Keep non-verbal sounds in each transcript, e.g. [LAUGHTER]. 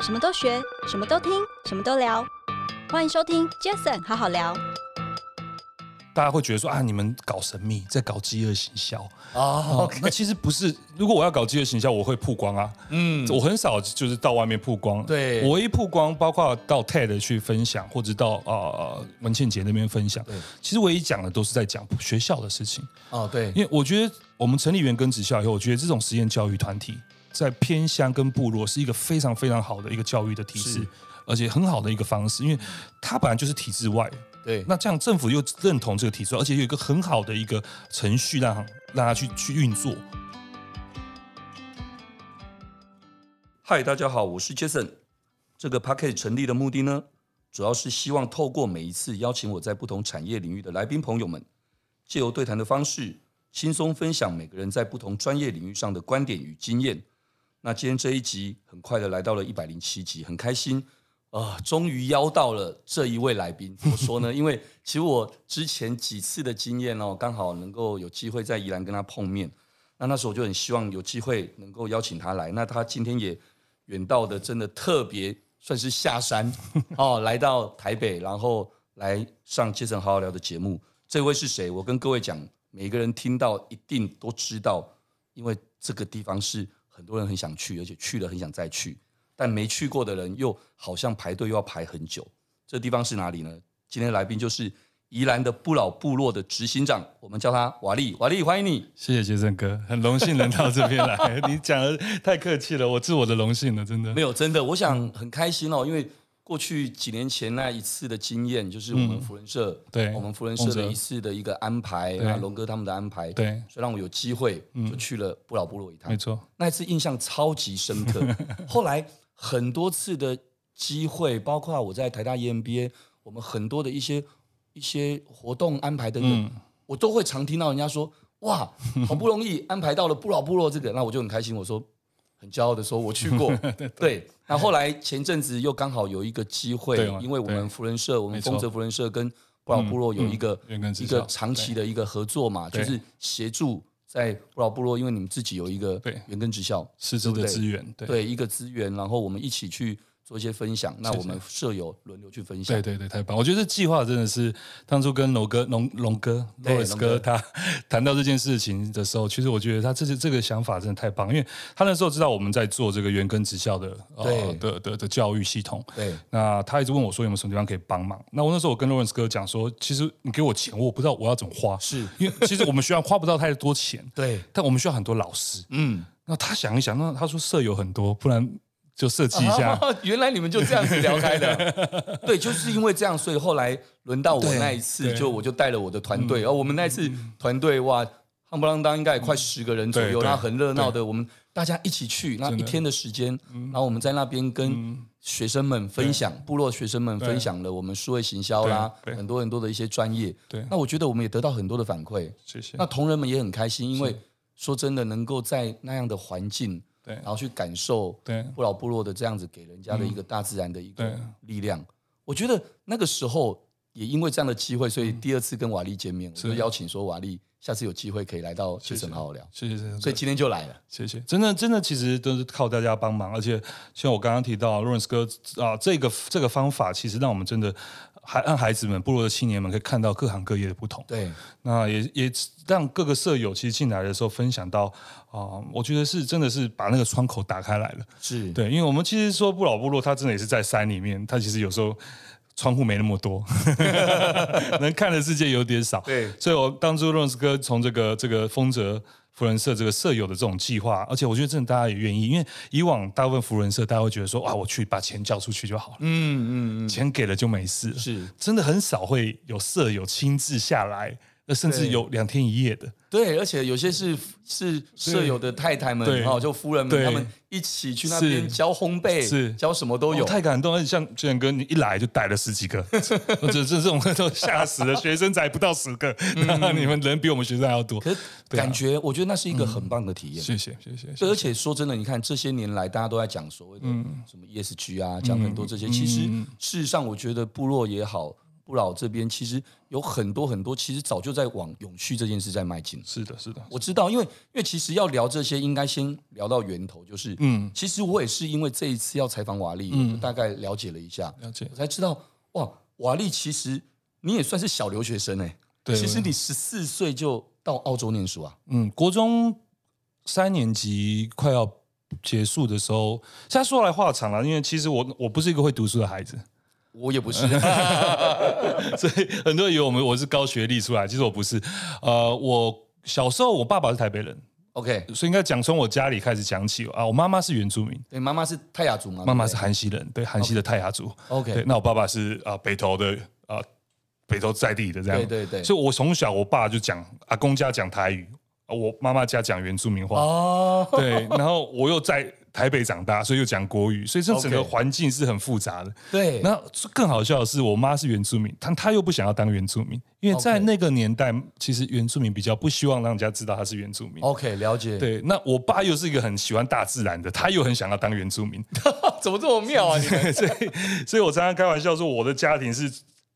什么都学，什么都听，什么都聊。欢迎收听 Jason 好好聊。大家会觉得说啊，你们搞神秘，在搞饥饿行销啊哦那其实不是。如果我要搞饥饿行销，我会曝光啊。嗯，我很少就是到外面曝光，啊对我一曝光，包括到 TED 去分享，或者到呃文倩姐那边分享对，其实我一讲的都是在讲学校的事情。哦，对，因为我觉得我们成立原根职校以后，我觉得这种实验教育团体在偏乡跟部落是一个非常非常好的一个教育的体制是，而且很好的一个方式，因为它本来就是体制外。对，那这样政府又认同这个体制，而且有一个很好的一个程序让让它去去运作。嗨，大家好，我是 Jason。这个 p a c k a g e 成立的目的呢，主要是希望透过每一次邀请我在不同产业领域的来宾朋友们，借由对谈的方式，轻松分享每个人在不同专业领域上的观点与经验。那今天这一集很快的来到了一百零七集，很开心啊、终于邀到了这一位来宾。怎么说呢？因为其实我之前几次的经验哦，刚好能够有机会在宜兰跟他碰面。那那时候我就很希望有机会能够邀请他来。那他今天也远道的，真的特别算是下山 [LAUGHS] 哦，来到台北，然后来上《杰森好好聊》的节目。这位是谁？我跟各位讲，每个人听到一定都知道，因为这个地方是很多人很想去，而且去了很想再去，但没去过的人又好像排队又要排很久。这地方是哪里呢？今天的来宾就是宜兰的不老部落的执行长，我们叫他瓦力。瓦力，欢迎你。谢谢杰森哥，很荣幸能到这边 [LAUGHS] 来。你讲的太客气了，我自我的荣幸了，真的没。有，真的，我想很开心哦，因为过去几年前那一次的经验，就是我们福人社，嗯对我们福人洪社哲的一次的一个安排，对啊，龙哥他们的安排，，对，嗯所以让我有机会就去了不老部落一趟没，错，那一次印象超级深 [LAUGHS] 刻。后来很多次的机会，包括我在台大 E EMBA，我们很多的一些一些活动安排等等，嗯我都会常听到人家说：“ [LAUGHS] 哇，好不容易安排到了不老部落这个。”那我就很开心，我说很骄傲的说我去 [LAUGHS] 过。对，那后来前阵子又刚好有一个机会对嘛，因为我对们福人社，我们没错丰泽福人社跟不老部落有一个、嗯原根之一校个长期的一个合作嘛，对就是协助在不老部落，因为你们自己有一个对原根职校，师资的对不对资源，对对一个资源，然后我们一起去做一些分享。那是我们舍友轮流去分享对，对对，太棒！我觉得这计划真的是当初跟龙哥、龙龙哥、对 Loris 龙哥哥他 [LAUGHS] 谈到这件事情的时候，其实我觉得他这这个想法真的太棒，因为他那时候知道我们在做这个原根职校的呃对的的的教育系统，对那他一直问我说有没有什么地方可以帮忙。那我那时候我跟 Lawrence 哥讲说，其实你给我钱，我不知道我要怎么花， [LAUGHS] 是因为其实我们学校花不到太多钱，对，但我们需要很多老师。嗯，那他想一想，那他说舍友很多，不然就设计一下。 [LAUGHS] 原来你们就这样子聊开的， [LAUGHS] 对，就是因为这样，所以后来轮到我对那一次，对嗯就我就带了我的团队，哦而我们那一次团队哇，夯不啷当应该也快十个人左嗯对右，对那很热闹的，我们大家一起去，那真的嗯一天的时间，然后我们在那边跟学生们分享，部落学生们分享了我们数位行销啦，对对很多很多的一些专业，对那我觉得我们也得到很多的反馈，谢谢那。同仁们也很开心，因为说真的，能够在那样的环境，对然后去感受对不老部落的这样子给人家的一个大自然的一个嗯对力量，我觉得那个时候也因为这样的机会，所嗯以第二次跟瓦力见面，我就邀请说瓦力下次有机会可以来到谢学生好好聊，谢谢，谢谢所以今天就来了。谢谢，真的真的，其实都是靠大家帮忙，而且像我刚刚提到，Lawrence 哥啊，这个这个方法其实让我们真的孩让孩子们、部落的青年们可以看到各行各业的不同。 [LAUGHS] 对，那也也让各个舍友其实进来的时候分享到啊、我觉得是真的是把那个窗口打开来了。是，对，因为我们其实说不老部落，它真的也是在山里面，它其实有时候窗户没那么多， [LAUGHS] 能看的世界有点少。对所以我当初 Rose 哥从这个这个丰泽福人社这个舍友的这种计划，而且我觉得真的大家也愿意，因为以往大部分福人社大家会觉得说啊，我去把钱交出去就好了，嗯嗯嗯，钱给了就没事了。是真的很少会有舍友亲自下来，那甚至对有两天一夜的。对，而且有些是是舍友的太太嗯对们哦，就夫人对们，他们一起去那是边教烘焙，是教什么都有哦，太感动了！而且像志远哥，你一来就逮了十几个，我这这这种都吓死了。学生才不到十个，嗯然后你们人比我们学生还要多。可是对啊感觉，我觉得那是一个很棒的体验。谢谢谢谢，对，而且说真的，你看这些年来，大家都在讲嗯所谓的什么 ESG 啊，讲很多这些。其实事实上，我觉得部落也好，不不老这边其实有很多很多，其实早就在往永续这件事在迈进。是的，是的，我知道，因为因为其实要聊这些，应该先聊到源头，就是嗯，其实我也是因为这一次要采访瓦力，嗯我就大概了解了一下，了解我。才知道哇，瓦力其实你也算是小留学生哎、对，其实你十四岁就到澳洲念书啊，嗯，国中三年级快要结束的时候，现在说来话长了，因为其实我我不是一个会读书的孩子，我也不是，嗯 [LAUGHS] 所以很多人以为我们我是高学历出来，其实我不是。呃，我小时候我爸爸是台北人， [LAUGHS] OK，所以应该讲从我家里开始讲起啊。我妈妈是原住民，对，妈妈是泰雅族嘛，妈妈是对韩系人，对，韩系的泰雅族。不对对， OK，那我爸爸是啊、北投的啊、北投在地的这样。对对对，所以我从小我爸就讲阿公家讲台语，啊我妈妈家讲原住民话。哦，对，然后我又在台北长大，所以又讲国语，所以这整个 OK 环境是很复杂的。对，那更好笑的是，我妈是原住民，她她又不想要当原住民，因为 OK 在那个年代，其实原住民比较不希望让人家知道她是原住民。 OK 了解，，对，那我爸又是一个很喜欢大自然的，他又很想要当原住民， [LAUGHS] 怎么这么妙啊？你 [LAUGHS] 们所以，所以我常常开玩笑说，我的家庭是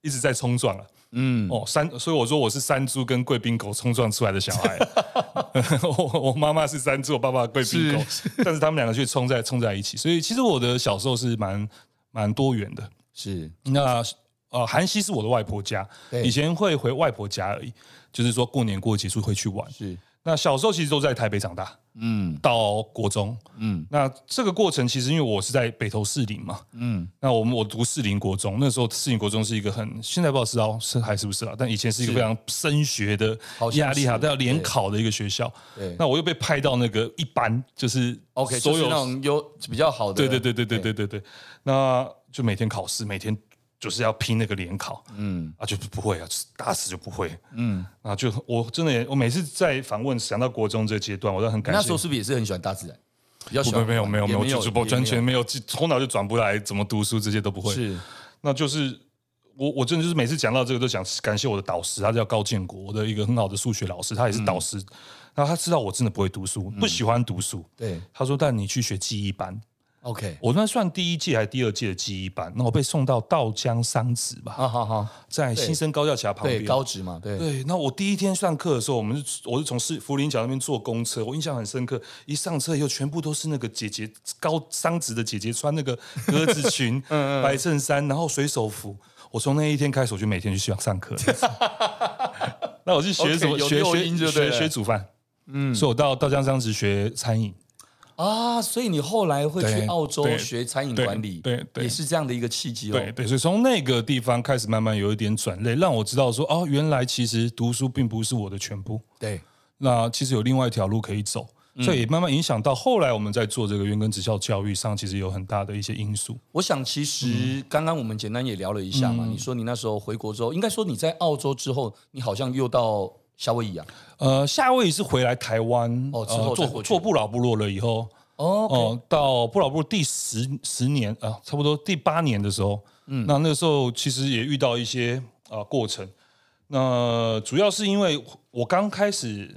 一直在冲撞啊。嗯，哦，山，所以我说我是山猪跟贵宾狗冲撞出来的小孩。 [LAUGHS] 我我妈妈是山猪，我爸爸是贵宾狗，但是他们两个却冲在冲在一起。所以其实我的小时候是蛮蛮多元的。是那呃，韩熙是我的外婆家，对以前会回外婆家而已，就是说过年过节是会去玩。是，那小时候其实都在台北长大，嗯到国中。嗯那这个过程其实因为我是在北投士林嘛，嗯，那我们我读士林国中，那时候士林国中是一个很现在不知道是道是还是不是啊，但以前是一个是非常升学的好像压力哈，是都要联对考的一个学校。对那我又被派到那个一班，就是，OK，所就是有那种有比较好的，对对对对对对，对对，那就每天考试，每天就是要拼那个联考嗯啊，就不会啊，就是打死就不会嗯，啊，就我真的也我每次在访问想到国中这个阶段，我都很感那时谢候。是不是也是很喜欢大自然？比较喜不欢没有没有没也有，就是不也完全没有，头脑就转不来，怎么读书这些都不会。是那就是我我真的就是每次讲到这个都想感谢我的导师，他叫高建国，我的一个很好的数学老师，他也是嗯导师。然后他知道我真的不会读书，不喜欢读书。对他说：“但你去学记忆班， ，OK，我那算第一届还是第二届的记忆班。那我被送到道江桑植吧，啊好好，在新生高架桥旁对，边。高职嘛，对，对，那我第一天上课的时候，我们是我是从市福林角那边坐公车，我印象很深刻。一上车以后，全部都是那个姐姐高桑植的姐姐，穿那个格子 [LAUGHS] 裙、嗯白衬衫，然后水手服。我从那一天开始，我就每天去上上 [LAUGHS] 课。那我去学什么 OK，有学诱学因就对学了学煮饭。嗯，所以我到到江商职学餐饮，啊，所以你后来会去对澳洲对学餐饮对管理，对对也是这样的一个契机哦对，对，所以从那个地方开始，慢慢有一点转类，让我知道说，哦，原来其实读书并不是我的全部。对，那其实有另外一条路可以走，嗯所以也慢慢影响到后来我们在做这个原根职校教育上，其实有很大的一些因素。我想，其实嗯刚刚我们简单也聊了一下嘛。你说你那时候回国之后，应该说你在澳洲之后，你好像又到夏威夷啊。呃，夏威夷是回来台湾哦之呃后再做过去做不老部落了以后，哦、哦、到不老部落第十十年啊、呃差不多第八年的时候，嗯，那那个时候其实也遇到一些啊、呃过程。那主要是因为我刚开始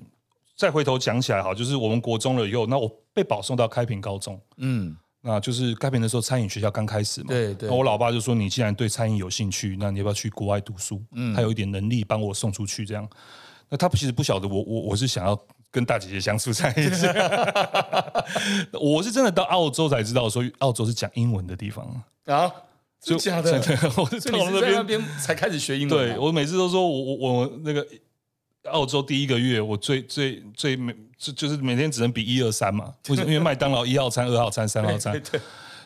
再回头讲起来，哈，就是我们国中了以后，那我被保送到开平高中，嗯，那就是开平的时候餐饮学校刚开始嘛，对对那我老爸就说：“你既然对餐饮有兴趣，那你要不要去国外读书？嗯他有一点能力帮我送出去这样。”那他其实不晓得我我我是想要跟大姐姐相处在一起。 [LAUGHS] 我是真的到澳洲才知道，说澳洲是讲英文的地方。啊，真假的？真的， [LAUGHS] 我是所到以了那你是在边那边才开始学英文、啊？对我每次都说我我我那个澳洲第一个月，我最最最每就就是每天只能比一二三嘛，为什么？因为麦当劳一号餐、二号餐、三号餐，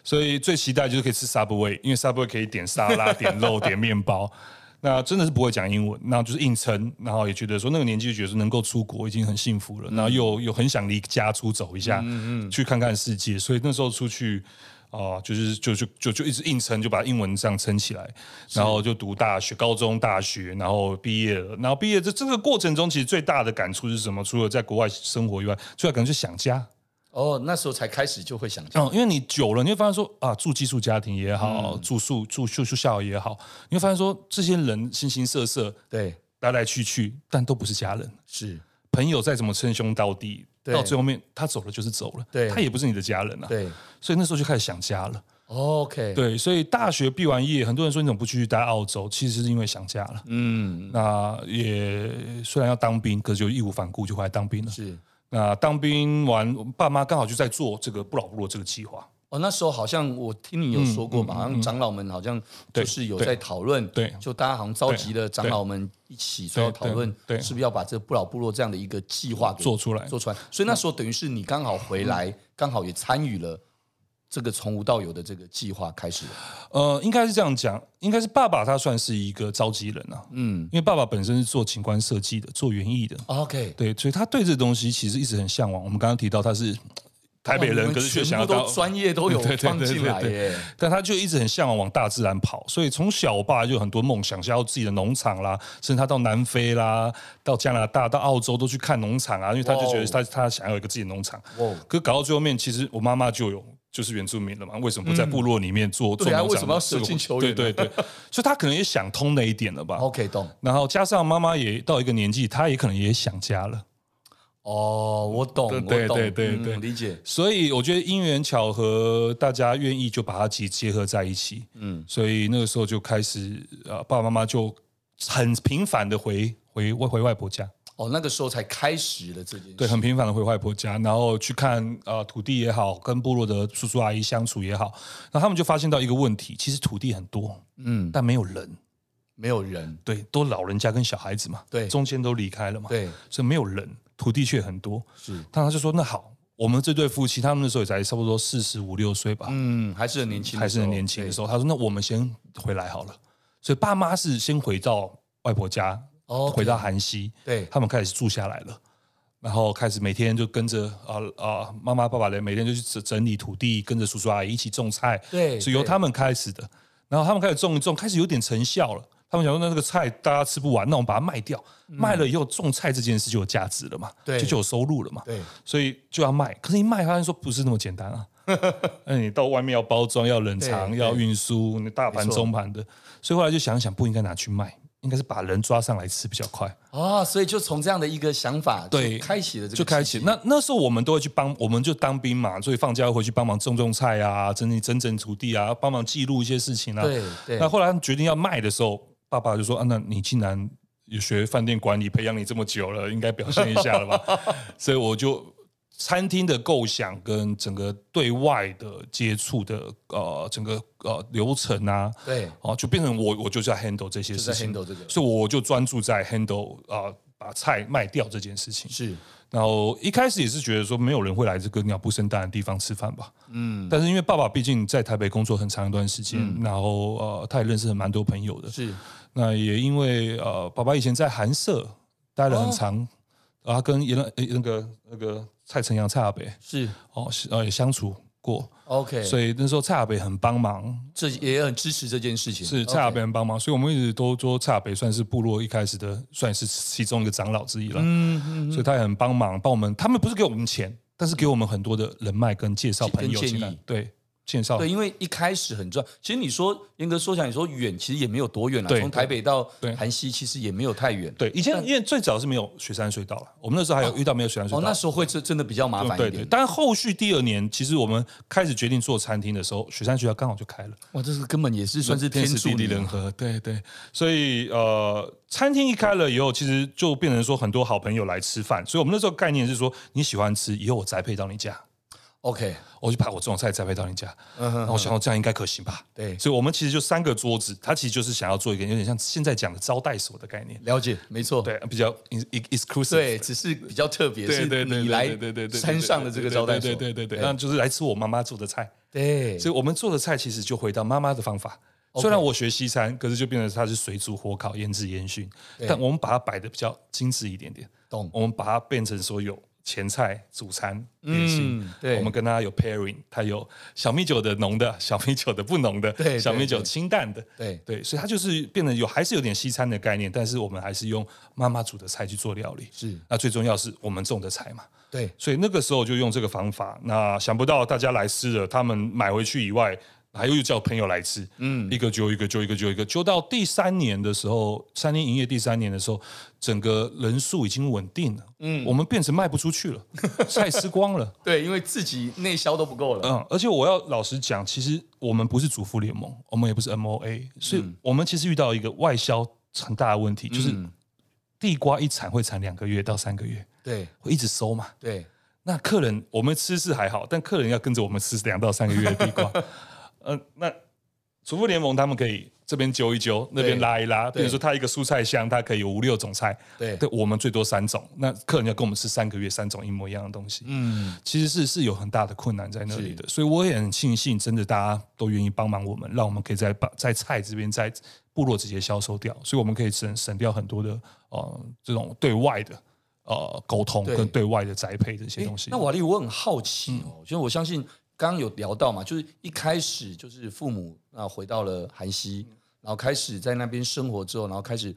所以最期待就是可以吃 Subway，因为 Subway 可以点沙拉、点肉、点面包。 [LAUGHS] 那真的是不会讲英文，那就是硬撑，然后也觉得说那个年纪就觉得说能够出国已经很幸福了，然后又又很想离家出走一下，去看看世界，所以那时候出去。啊、就是就就就就一直硬撑，就把英文这样撑起来，然后就读大学、高中、大学，然后毕业了。然后毕业这这个过程中，其实最大的感触是什么？除了在国外生活以外，最大感觉是想家。哦，那时候才开始就会想嗯嗯，因为你久了，你会发现说啊，住寄宿家庭也好，住宿住住宿校也好，你会发现说这些人形形色色，对，来来去去，但都不是家人。是，朋友再怎么称兄道弟，对到最后面他走了就是走了，对他也不是你的家人啊。对，所以那时候就开始想家了。 OK，，对，所以大学毕完业，很多人说你怎么不去待澳洲？其实是因为想家了。嗯，那也虽然要当兵，可是就义无反顾就回来当兵了。是。那当兵完，爸妈刚好就在做这个不老部落这个计划。哦，那时候好像我听你有说过嗯嘛，好像长老们好像就对是有对在讨论，对就大家好像召集了长老们一起，说要讨论对对是不是要把这个不老部落这样的一个计划给做出来做出来。所以那时候等于是你刚好回来，刚好也参与了这个从无到有的这个计划开始了。呃，应该是这样讲，应该是爸爸他算是一个召集人啊，嗯因为爸爸本身是做景观设计的，做园艺的， ，OK，对，所以他对这东西其实一直很向往。我们刚刚提到他是台北哇你人，们可是却全想部要到都专业都有 [LAUGHS] 对对对放进来对对耶，但他就一直很向往往大自然跑，所以从小我爸就有很多梦想，想要自己的农场啦，甚至他到南非啦、到加拿大、到澳洲都去看农场啊，因为他就觉得他他想要有一个自己的农场。哇，可是搞到最后面，其实我妈妈就有就是原住民了嘛，为什么不在部落里面做、做对啊农场呢？为什么要这个舍近求远对呢对对，所以他可能也想通了一点了吧。 OK，懂。然后加上妈妈也到一个年纪，她也可能也想家了。哦，我懂，对我对懂，对对对嗯理解。所以我觉得因缘巧合，大家愿意就把它结结合在一起。嗯嗯，所以那个时候就开始，呃，爸爸妈妈就很频繁的回回外回外婆家，哦，那个时候才开始了这件事。对，很频繁的回外婆家，然后去看呃土地也好，跟部落的叔叔阿姨相处也好，那他们就发现到一个问题，其实土地很多，嗯，但没有人，没有人，对，都老人家跟小孩子嘛，对中间都离开了嘛，，对，所以没有人，土地却很多。是，但他就说，那好，我们这对夫妻，他们那时候也才差不多四十五六岁吧，嗯，还是很年轻，还是很年轻的时候候，他说：“那我们先回来好了。”所以爸妈是先回到外婆家，对，哦，回到韩西，对，他们开始住下来了，然后开始每天就跟着啊啊妈妈爸爸人每天就去整整理土地，跟着叔叔阿姨一起种菜，对是由对他们开始的。然后他们开始种一种，开始有点成效了。他们想说，那这个菜大家吃不完，那我们把它卖掉，卖了以后种菜这件事就有价值了嘛，嗯对就就有收入了嘛。对，所以就要卖。可是一卖，发现说不是那么简单 [LAUGHS] 啊。那你到外面要包装、要冷藏、对要运输，你大没盘、错中盘的。所以后来就想想，不应该拿去卖，应该是把人抓上来吃比较快。哦，所以就从这样的一个想法，对开启了这个，就开启。那那时候我们都会去帮，我们就当兵嘛，所以放假会回去帮忙种种菜啊，整理整整土地啊，帮忙记录一些事情啊。对对，那后来他们决定要卖的时候，爸爸就说：“啊，那你既然有学饭店管理，培养你这么久了，应该表现一下了 [LAUGHS] 吧？”所以我就餐厅的构想跟整个对外的接触的呃整个呃流程啊，对，哦、就变成我我就在 handle 这些就事在情， handle 这个，所以我就专注在 handle 啊、呃把菜卖掉这件事情。是，然后一开始也是觉得说没有人会来这个鸟不生蛋的地方吃饭吧，嗯，但是因为爸爸毕竟在台北工作很长一段时间，嗯然后呃他也认识了蛮多朋友的，是，那也因为呃，爸爸以前在韩社待了很哦长，然后跟也那那个那个蔡成阳蔡阿北是哦是呃也相处过， ，OK，所以以那时候蔡阿北很帮忙，这也很支持这件事情，是 OK 蔡阿北，很帮忙，所以我们一直都说蔡阿北算是部落一开始的，算是其中一个长老之一了，嗯嗯，嗯所以他也很帮忙，帮我们，他们不是给我们钱，但是给我们很多的人脉跟介绍跟朋友建进来议，对介绍对，因为一开始很重要。其实你说严格说起来，你说远，其实也没有多远啊，对从台北到对韩西，其实也没有太远。对，以前因为最早是没有雪山隧道了，我们那时候还有遇到没有雪山隧道，哦，那时候会真真的比较麻烦对一对，点。但后续第二年，其实我们开始决定做餐厅的时候，雪山学校刚好就开了，哇，这是根本也是算是天时助地利你啊人和。对对，所以呃，餐厅一开了以后，其实就变成说很多好朋友来吃饭，所以我们那时候概念是说，你喜欢吃，以后我栽培到你家， OK，我就把我这种菜栽培到你家，嗯然后我想到这样应该可行吧。对，所以，我们其实就三个桌子，它其实就是想要做一个有点像现在讲的招待所的概念，了解，没错，对，比较 ex- exclusive，对，只是比较特别，对是对对，你来对对对对山上的这个招待所，对对对对对，那就是来吃我妈妈做的菜，对所以我们做的菜其实就回到妈妈的方法。 OK 虽然我学西餐，可是就变成它是水煮、火烤、腌制、烟熏对，但我们把它摆的比较精致一点点。懂，我们把它变成说有前菜、主餐、点心，嗯，对，我们跟它有 pairing，它有小米酒的浓的、小米酒的不浓的、 [LAUGHS] 对对小米酒对清淡的，对对，所以它就是变得有还是有点西餐的概念，但是我们还是用妈妈煮的菜去做料理。是，那最重要是我们种的菜嘛，对所以那个时候就用这个方法。那想不到大家来吃了，他们买回去以外，还又叫朋友来吃，嗯一个揪一个揪一个揪一个，揪到第三年的时候，餐厅营业第三年的时候，整个人数已经稳定了，嗯，我们变成卖不出 [LAUGHS] 去了，菜吃光了。对，因为自己内销都不够了，嗯，而且我要老实讲，其实我们不是主妇联盟，我们也不是 MOA，所嗯以我们其实遇到一个外销很大的问题，就是嗯地瓜一产会产两个月到三个月，对会一直收嘛。对，那客人我们吃是还好，但客人要跟着我们吃两到三个月的地 [LAUGHS] 瓜。呃，那厨妇联盟他们可以这边揪一揪，那边拉一拉，比对如说他一个蔬菜箱，它可以有五六种菜，对对我们最多三种。那客人要跟我们吃三个月三种一模一样的东西，嗯，其实是是有很大的困难在那里的。所以我也很庆幸，真的大家都愿意帮忙我们，让我们可以在把在菜这边在部落直接销售掉，所以我们可以省省掉很多的呃这种对外的。呃，沟通对跟对外的栽培这些诶东西。嗯那瓦力，我很好奇哦，就是我相信刚刚有聊到嘛，就是一开始就是父母啊回到了韩西，嗯然后开始在那边生活之后，然后开始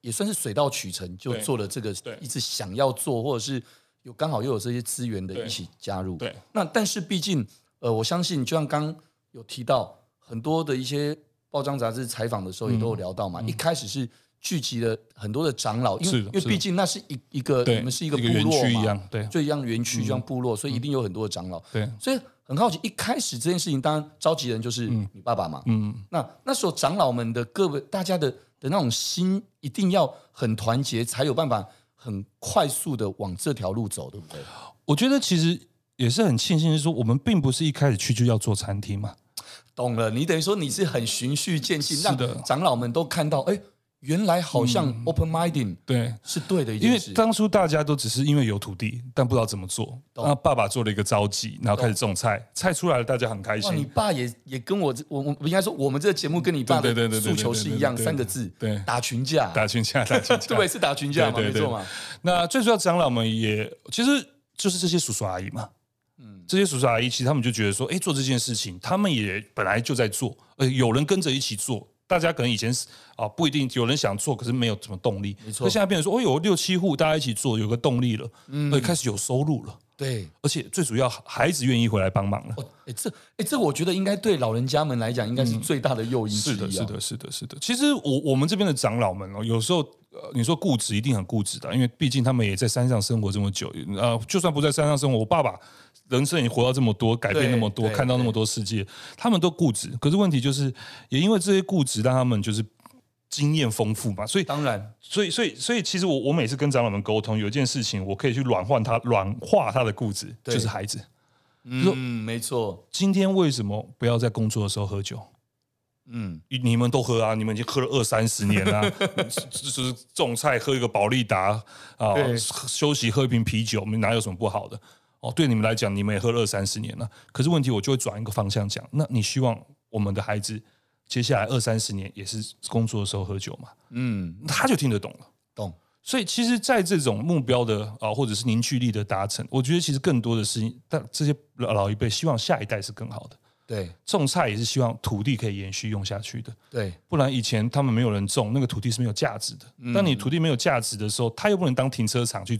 也算是水到渠成，就对做了这个对一直想要做，或者是有刚好又有这些资源的对一起加入。对，那但是毕竟呃，我相信就像刚有提到很多的一些报章杂志采访的时候也嗯都有聊到嘛，一开始是。聚集了很多的长老，因为是的因为是的毕竟那是一一个对，你们是一个部园落区嘛一样，对就像园嗯区，就像部落，所以一定有很多的长老。对，所以很好奇，一开始这件事情，当然召集人就是你爸爸嘛。嗯，那那时候长老们的各位大家的的那种心，一定要很团结，才有办法很快速的往这条路走，对不对？我觉得其实也是很庆幸，是说我们并不是一开始去就要做餐厅嘛，懂了，你等于说你是很循序渐进，是的嗯让长老们都看到，哎，原来好像 open minding 对。是对的一因为件事。当初大家都只是因为有土地，但不知道怎么做。懂那爸爸做了一个召集，然后开始种菜，菜出来了，大家很开哇，你心。爸也也跟我这我我我应该说，我们这个节目跟你爸对对的对对对诉求是一样，对对对三个字，对打群架，打群架，打群架。 [LAUGHS] 对，是打群架 [LAUGHS] 嘛，对没对对错嘛，那最主要长老们也其实就是这些叔叔阿姨嘛，嗯，这些叔叔阿姨其实他们就觉得说，哎，做这件事情，他们也本来就在做，呃，有人跟着一起做。大家可能以前是啊不一定有人想做，可是没有什么动力。没错所以现在变成说，哦，有六七户大家一起做，有个动力了，嗯，而且开始有收入了，对。而且最主要孩子愿意回来帮忙了。哦，哎，这哎这，我觉得应该对老人家们来讲，应该是最大的诱因之是一的，是，啊的，是的，是的。其实我我们这边的长老们哦，有时候呃，你说固执一定很固执的，啊因为毕竟他们也在山上生活这么久，呃，就算不在山上生活，我爸爸人生也活到这么多，改变那么多，对看到那么多世界，他们都固执。可是问题就是，也因为这些固执，让他们就是经验丰富嘛，所以当然，所以所以所以，其实我我每次跟长老们沟通，有一件事情我可以去软化他，软化他的固执，对就是孩子。嗯，没错，今天为什么不要在工作的时候喝酒？嗯，你们都喝啊，你们已经喝了二三十年啦、就是种菜喝一个保利达啊对，休息喝一瓶啤酒，哪有什么不好的？哦，对你们来讲，你们也喝了二三十年了。可是问题我就会转一个方向讲，那你希望我们的孩子接下来二三十年也是工作的时候喝酒嘛？嗯，他就听得懂了。懂，所以，其实，在这种目标的啊，或者是凝聚力的达成，我觉得其实更多的是，但这些老老一辈希望下一代是更好的。对种菜也是希望土地可以延续用下去的。对，不然以前他们没有人种，那个土地是没有价值的。当你土地没有价值的时候，它又不能当停车场去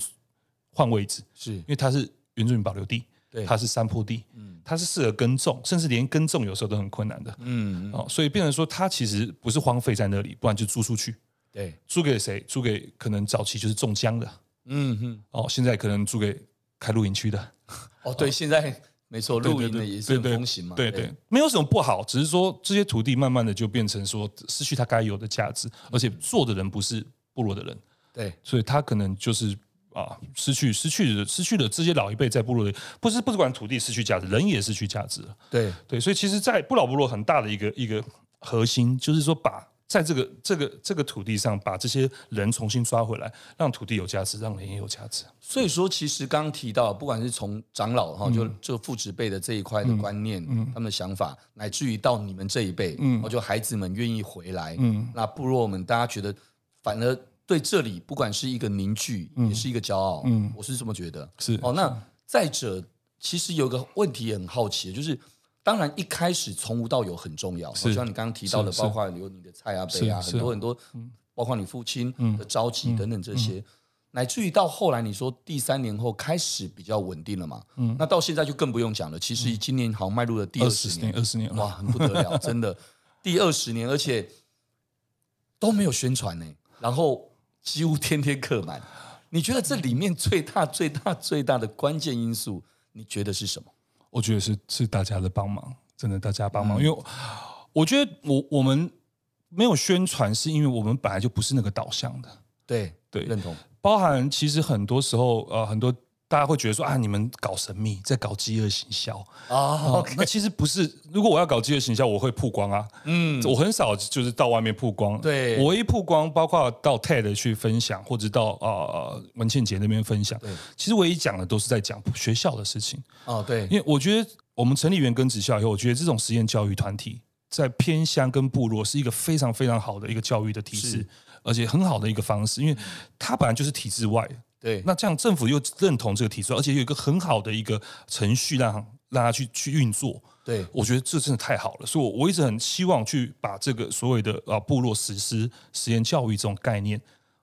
换位置，是因，为它是原住民保留地，对，它是山坡地，它是适合耕种，甚至连耕种有时候都很困难的。嗯，嗯哦，所以变成说，它其实不是荒废在那里，不然就租出去，对，租给谁？租给可能早期就是种姜的，嗯嗯，哦，现在可能租给开露营区的。哦，对，现在没错，露营的对对也是很对对风行嘛，对对，没有什么不好，只是说这些土地慢慢的就变成说失去它该有的价值，而且做的人不是部落的人。对，所以他可能就是啊，失去失去了失去了这些老一辈在部落的，不是不管土地失去价值，人也失去价值了。对，对，所以其实，在不老部落很大的一个一个核心，就是说把在这个这个这个土地上，把这些人重新抓回来，让土地有价值，让人也有价值。所以说，其实刚刚提到，不管是从长老嗯哈，就就父职辈的这一块的观念，他们的想法，乃至于到你们这一辈，嗯，就孩子们愿意回来，嗯，那部落们大家觉得，反而对这里不管是一个凝聚，也是一个骄傲，嗯，我是这么觉得，是哦。那再者，其实有个问题也很好奇，就是当然一开始从无到有很重要，哦是就像你刚刚提到的，是是包括有你的菜啊、是杯啊，是很多很多，包括你父亲的着急等等这些。乃至于到后来你说第三年后开始比较稳定了嘛，嗯，那到现在就更不用讲了。其实今年好像迈入了第二二十十年，二十年哇，了，很不得了，真的，第二十年，而且都没有宣传呢、然后几乎天天客满。你觉得这里面最大、最大、最大的关键因素，你觉得是什么？我觉得是是大家的帮忙，真的大家帮忙，嗯因为我觉得我我们没有宣传，是因为我们本来就不是那个导向的，对对认同，包含其实很多时候呃很多。大家会觉得说啊，你们搞神秘，在搞饥饿行销啊哦那其实不是。如果我要搞饥饿行销，我会曝光啊。嗯，我很少就是到外面曝光，对我一曝光，包括到 TED 去分享，或者到呃文倩姐那边分享对，其实我一讲的都是在讲学校的事情，哦，对，因为我觉得我们成立原根职校以后，我觉得这种实验教育团体在偏乡跟部落是一个非常非常好的一个教育的体制是，而且很好的一个方式，因为它本来就是体制外的，对，那这样政府又认同这个体制外，而且有一个很好的一个程序让让它去去运作，对，我觉得这真的太好了，所以我我一直很希望去把这个所谓的啊部落实施实验教育这种概念，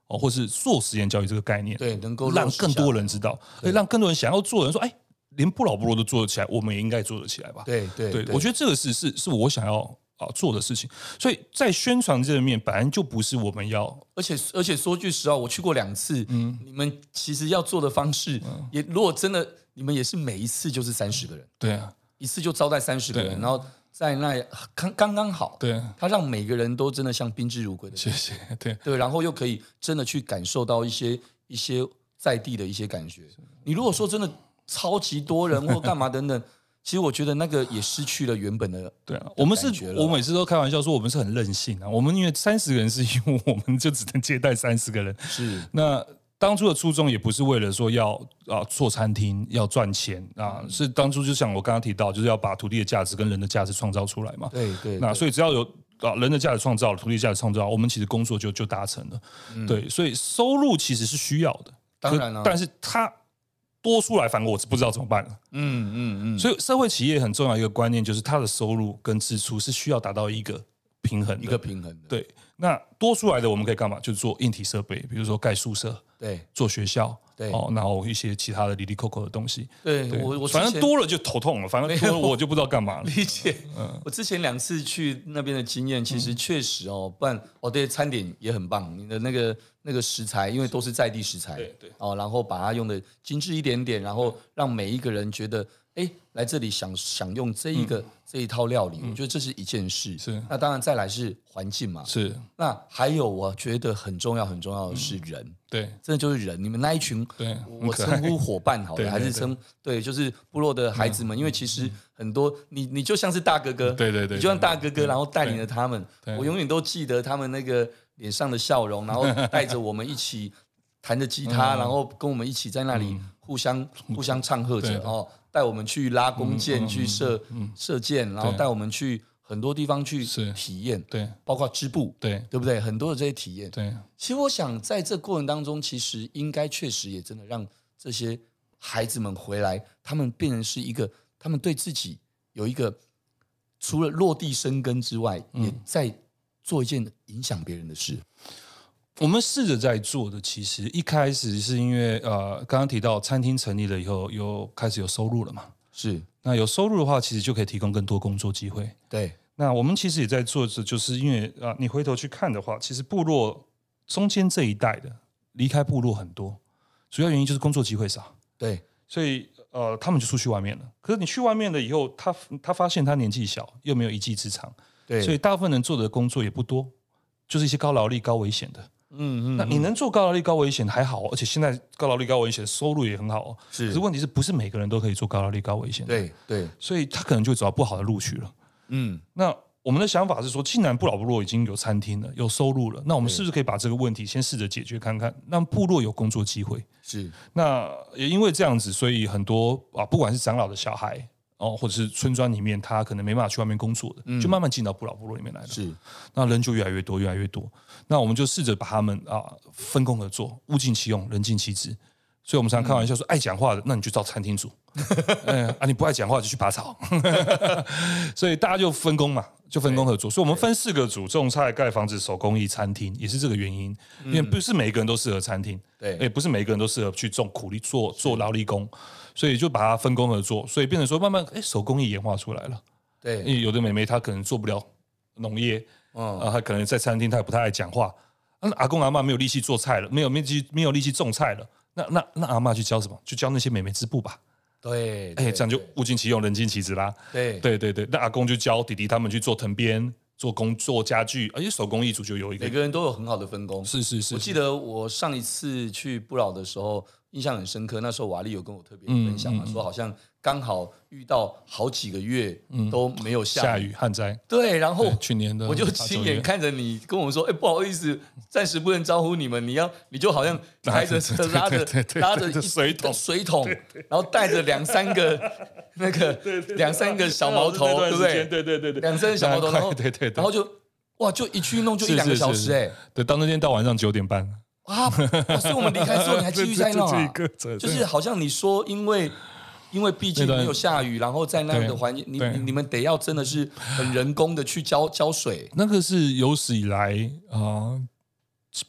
哦，或是做实验教育这个概念，对能够让落实更下多来人知道，对哎让更多人想要做的人说，哎，连不老部落都做得起来，我们也应该做得起来吧？对，对，对，我觉得得这个是是是我想要啊做的事情，所以在宣传这面本来就不是我们要而且而且说句实话，我去过两次，嗯，你们其实要做的方式，嗯也如果真的你们也是每一次就是三十个人。对啊一次就招待三十个人，对然后在那刚刚刚好，对啊，他让每个人都真的像宾至如归的，谢谢，对对，然后又可以真的去感受到一些一些在地的一些感觉。你如果说真的超级多人或干嘛等 [LAUGHS] 等，其实我觉得那个也失去了原本的，对啊，我们感觉是，了我每次都开玩笑说我们是很任性啊。我们因为三十个人是因为我们就只能接待三十个人，是那当初的初衷也不是为了说要啊做餐厅要赚钱啊，嗯是当初就像我刚刚提到，就是要把土地的价值跟人的价值创造出来嘛。对对，那对所以只要有啊人的价值创造，土地价值创造，我们其实工作就就达成了。对，所以收入其实是需要的，嗯当然了、可但是它多出来，反而我是不知道怎么办了。嗯嗯嗯，所以社会企业很重要一个观念就是它的收入跟支出是需要达到一个平衡的。一个平衡的，对，那多出来的我们可以干嘛？就做硬体设备，比如说盖宿舍、对做学校，对哦，然后一些其他的里里扣扣的东西。对对我我之反正前多了就头痛了，反正多 [LAUGHS] 了我就不知道干嘛了。理解。嗯我之前两次去那边的经验，其实确实哦，不然哦，对，餐点也很棒，你的那个那个食材，因为都是在地食材，对对哦，然后把它用的精致一点点，然后让每一个人觉得，哎，来这里享享用这一个、这一套料理，我觉得这是一件事。嗯是那当然再来是环境嘛，是，那还有我觉得很重要很重要的嗯是人。对真的就是人，你们那一群，对我很我可爱称呼伙伴好对对嗯了，还是称对，就是部落的孩子们，因为其实很多你你就像是大哥哥，对对对你就像大哥对哥，然后带领着他们对，我永远都记得他们那个脸上的笑容，然后带着我们一起弹着吉他，嗯然后跟我们一起在那里互相互相唱和对嗯着对哦，带我们去拉弓嗯嗯箭，去射嗯射箭，然后对带我们去很多地方去是体验，对包括织布，对对不对？很多的这些体验，对其实我想，在这过程当中，其实应该确实也真的让这些孩子们回来，他们变成是一个，他们对自己有一个除了落地生根之外，也嗯在做一件影响别人的事。我们试着在做的，其实一开始是因为呃，刚刚提到餐厅成立了以后，有开始有收入了嘛？是那有收入的话，其实就可以提供更多工作机会。对，那我们其实也在做着，就是因为啊，你回头去看的话，其实部落中间这一代的离开部落很多，主要原因就是工作机会少，对，所以呃，他们就出去外面了。可是你去外面了以后，他他发现他年纪小，又没有一技之长，对，所以大部分人做的工作也不多，就是一些高劳力、高危险的。嗯嗯，那你能做高劳力、高危险还好哦，而且现在高劳力、高危险收入也很好哦。可是是问题是不是每个人都可以做高劳力、高危险？，对对，所以他可能就找不好的路去了。嗯，那我们的想法是说，既然不老部落已经有餐厅了，有收入了，那我们对是不是可以把这个问题先试着解决看看，让部落有工作机会？是那也因为这样子，所以很多啊，不管是长老的小孩哦，或者是村庄里面他可能没办法去外面工作的，就慢慢进到不老部落里面来了。是，那人就越来越多，越来越多。那我们就试着把他们啊分工合作，物尽其用，人尽其职。所以我们常开玩笑说，爱讲话的，那你就照餐厅煮；哎呀啊，你不爱讲话就去拔草。所以大家就分工嘛，就分工合作。所以我们分四个组：种菜、盖房子、手工艺、餐厅，也是这个原因。因为不是每一个人都适合餐厅，哎对也不是每一个人都适合去种苦力、做做劳力工，所以就把它分工合作。所以变成说，慢慢哎，手工艺演化出来了。因对，为有的妹妹她可能做不了农业，嗯，啊，她可能在餐厅她也不太爱讲话。那阿公阿妈没有力气做菜了，没有力气没有力气种菜了。那那那阿妈去教什么？就教那些妹妹织布吧。对，哎、对这样就物尽其用，人尽其职啦。对对对对，那阿公就教弟弟他们去做藤编、做工、做家具，而且手工艺组就有一个每。个人都有很好的分工。是是是，我记得我上一次去不老的时候，印象很深刻。那时候瓦力有跟我特别分享嘛，说好像刚好遇到好几个月都没有是下下雨旱灾，对，然后对去年的我就八九亲月眼看着你跟我们说，哎，不好意思，暂时不能招呼你们，你要你就好像开着车拉着对对对拉着对一水桶水桶，然后带着两三个那个两三个小毛头，对不对？对对对对，两三个小毛头，然后对对对，然后就哇，就一去弄就一是两个是小是时，哎，对，到那天到晚上九点半，啊，哇所以我们离开之后你还继续在 [LAUGHS] 弄这啊一？个这就是好像你说，因为因为毕竟那段没有下雨，然后在那样的环境，你对你你们得要真的是很人工的去浇 [LAUGHS] 浇水，那个是有史以来啊、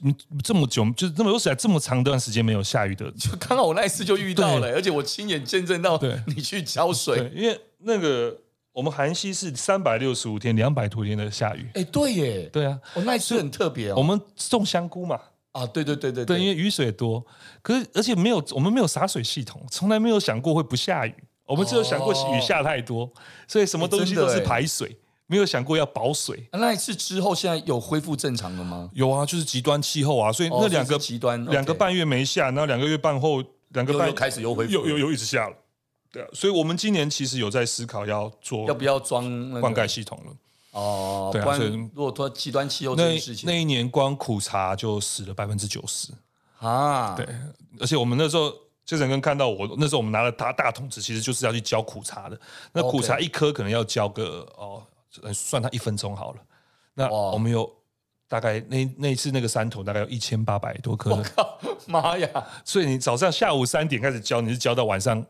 嗯这么久，就是这么有史以来这么长一段时间没有下雨的，就刚好我那一次就遇到了，而且我亲眼见证到对你去浇水对，。因为那个我们韩西是三百六十五天、两百多天的下雨，哎，对耶，哦对啊，我那一次很特别我哦。们种香菇嘛，啊，对对对对对，因为雨水多，可是而且没有我们没有洒水系统，从来没有想过会不下雨，我们只有想过哦雨下太多，所以什么哎真东西的都是哎排水，没有想过要保水。啊那一次之后，现在有恢复正常了吗？有啊，就是极端气候啊，所以哦那两这个是极端两个 OK 半月没下，然后两个月半后，两个又半又开始又恢复又又又一直下了，对啊，所以我们今年其实有在思考要做要不要装那个灌溉系统了。哦，对啊不然所以如果说极端气候这那件事那情一年光苦茶就死了百分之九十，啊，对，而且我们那时候。就能跟看到我那时候我们拿了大大桶子，其实就是要去浇苦茶的。那 OK 苦茶一颗可能要浇个哦，呃算它一分钟好了。那哇我们有大概那那一次那个山头大概有一千八百多颗的妈呀，所以你早上下午三点开始教，你是教到晚上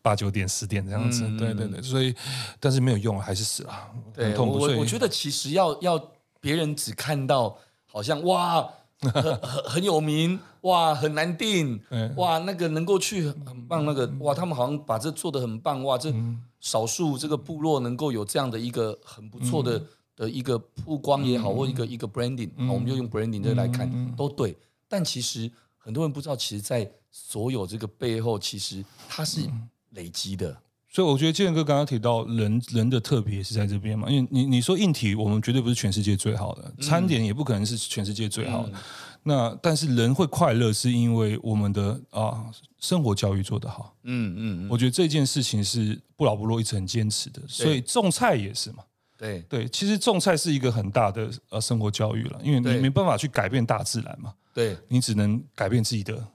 八九点十点这样子。嗯对对对，所以但是没有用，还是死了，很对，痛苦。所以我我觉得其实要要别人只看到好像哇很很很有名哇很难定嗯哇那个能够去很很棒那个哇他们好像把这做的很棒哇这嗯少数这个部落能够有这样的一个很不错嗯的的一个曝光也好或一个一个 branding，好我们就用 branding 这个来看嗯都对，但其实很多人不知道，其实，在所有这个背后，其实它是嗯累积的。所以我觉得建哥刚刚提到人人的特别是在这边嘛，因为你你说硬体，我们绝对不是全世界最好的，嗯餐点也不可能是全世界最好的。那但是人会快乐，是因为我们的啊生活教育做得好。嗯嗯，嗯我觉得这件事情是布老部落一直很坚持的，所以种菜也是嘛。对对，其实种菜是一个很大的呃生活教育了，因为你对没办法去改变大自然嘛，对。你只能改变自己的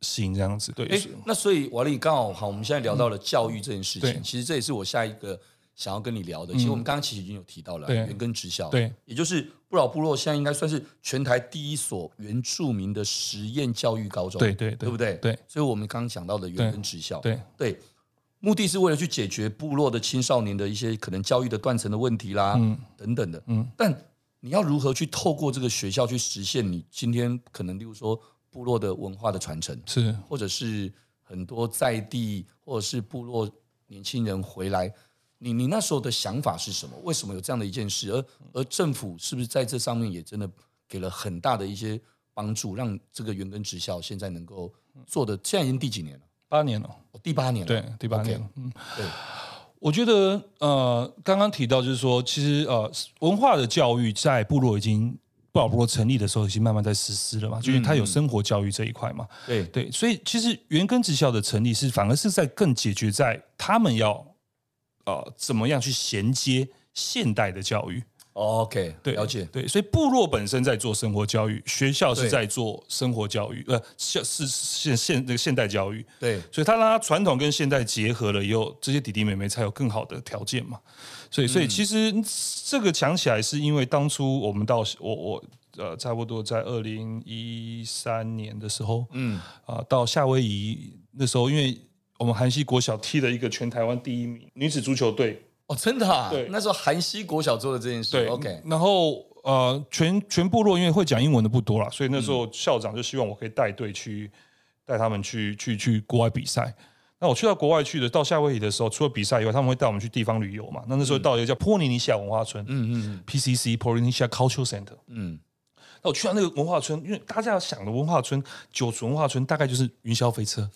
心这样子。对，哎是，那所以瓦力刚好好，我们现在聊到了教育这件事情，对嗯其实这也是我下一个想要跟你聊的。其实我们刚刚其实已经有提到了对原根职校，对，也就是不老部落现在应该算是全台第一所原住民的实验教育高中，对对对对不对？对所以我们刚刚讲到的原根职校，对对，目的是为了去解决部落的青少年的一些可能教育的断层的问题啦，等等的。嗯，但你要如何去透过这个学校去实现你今天可能，例如说部落的文化的传承，是或者是很多在地或者是部落年轻人回来，你你那时候的想法是什么？为什么有这样的一件事？而而政府是不是在这上面也真的给了很大的一些帮助，让这个原根职校现在能够做的？现在已经第几年了？八年了，哦，第八年了。对，第八 OK 年了。嗯对，我觉得呃，刚刚提到就是说，其实呃，文化的教育在部落已经布老部落成立的时候，已经慢慢在实施了嘛，就是它有嗯生活教育这一块嘛。对对，所以其实原根职校的成立是反而是在更解决在他们要呃怎么样去衔接现代的教育。 ，OK，对，了解。对，所以部落本身在做生活教育，学校对是在做生活教育，呃，现是现现那个现代教育，对，所以他让它传统跟现代结合了以后，这些弟弟妹妹才有更好的条件嗯嘛。所以，所以其实这个讲起来，是因为当初我们到我我呃，差不多在二零一三年的时候，嗯，啊、到夏威夷那时候，因为我们韩系国小踢了一个全台湾第一名女子足球队，哦，真的啊对，那时候韩西国小做的这件事对，OK，然后呃，全全部落因为会讲英文的不多啦，所以那时候校长就希望我可以带队去带他们去去去国外比赛。那我去到国外去的，到夏威夷的时候，除了比赛以外，他们会带我们去地方旅游嘛。那那时候到一个叫波尼尼西亚文化村，嗯嗯 PCC Polynesia Cultural Center。嗯那我去到那个文化村，因为大家要想的文化村，九族文化村大概就是云霄飞车，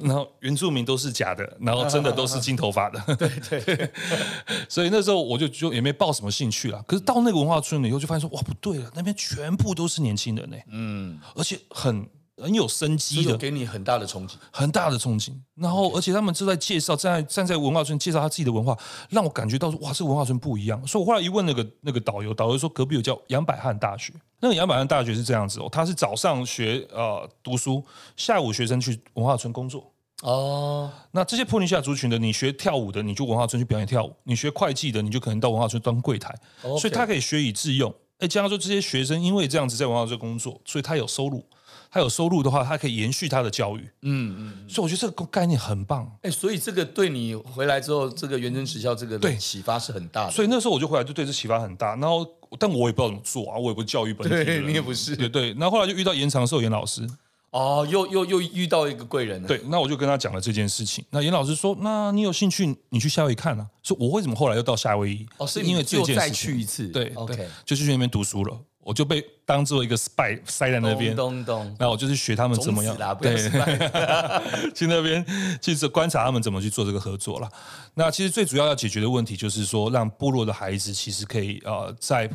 然后原住民都是假的，然后真的都是金头发的。对对。 [LAUGHS] 所以那时候我就就也没抱什么兴趣了。可是到那个文化村了以后，就发现说哇不对了，那边全部都是年轻人呢、欸嗯，而且很很有生机的这就，给你很大的冲击，很大的憧憬。然后，而且他们就在介绍，站在站在文化村介绍他自己的文化，让我感觉到说，哇，这个文化村不一样。所以我后来一问那个那个导游，导游说隔壁有叫杨百翰大学，那个杨百翰大学是这样子哦，他是早上学呃读书，下午学生去文化村工作。哦，那这些普尼西亚族群的，你学跳舞的，你就文化村去表演跳舞；你学会计的，你就可能到文化村当柜台。哦所以他可以学以致用。哎，加上说这些学生因为这样子在文化村工作，所以他有收入。他有收入的话，他可以延续他的教育。嗯嗯，所以我觉得这个概念很棒。哎，所以这个对你回来之后，这个原真学校这个对启发是很大的，所以那时候我就回来，就对这启发很大。然后，但我也不知道怎么做啊，我也不是教育本体的对人，你也不是对对。然后后来就遇到严长寿严老师，哦，又又又遇到一个贵人了，对，那我就跟他讲了这件事情。那严老师说：“那你有兴趣，你去夏威夷看啊。”说：“我为什么后来又到夏威夷？哦，是因为这就件再事情去一次，对对，OK，，就是去那边读书了，我就被当做一个 spy 塞在那边。咚咚那我就是学他们怎么样种子啦，不要对，失败 [LAUGHS] 去那边去观察他们怎么去做这个合作啦。那其实最主要要解决的问题就是说，让部落的孩子其实可以呃，在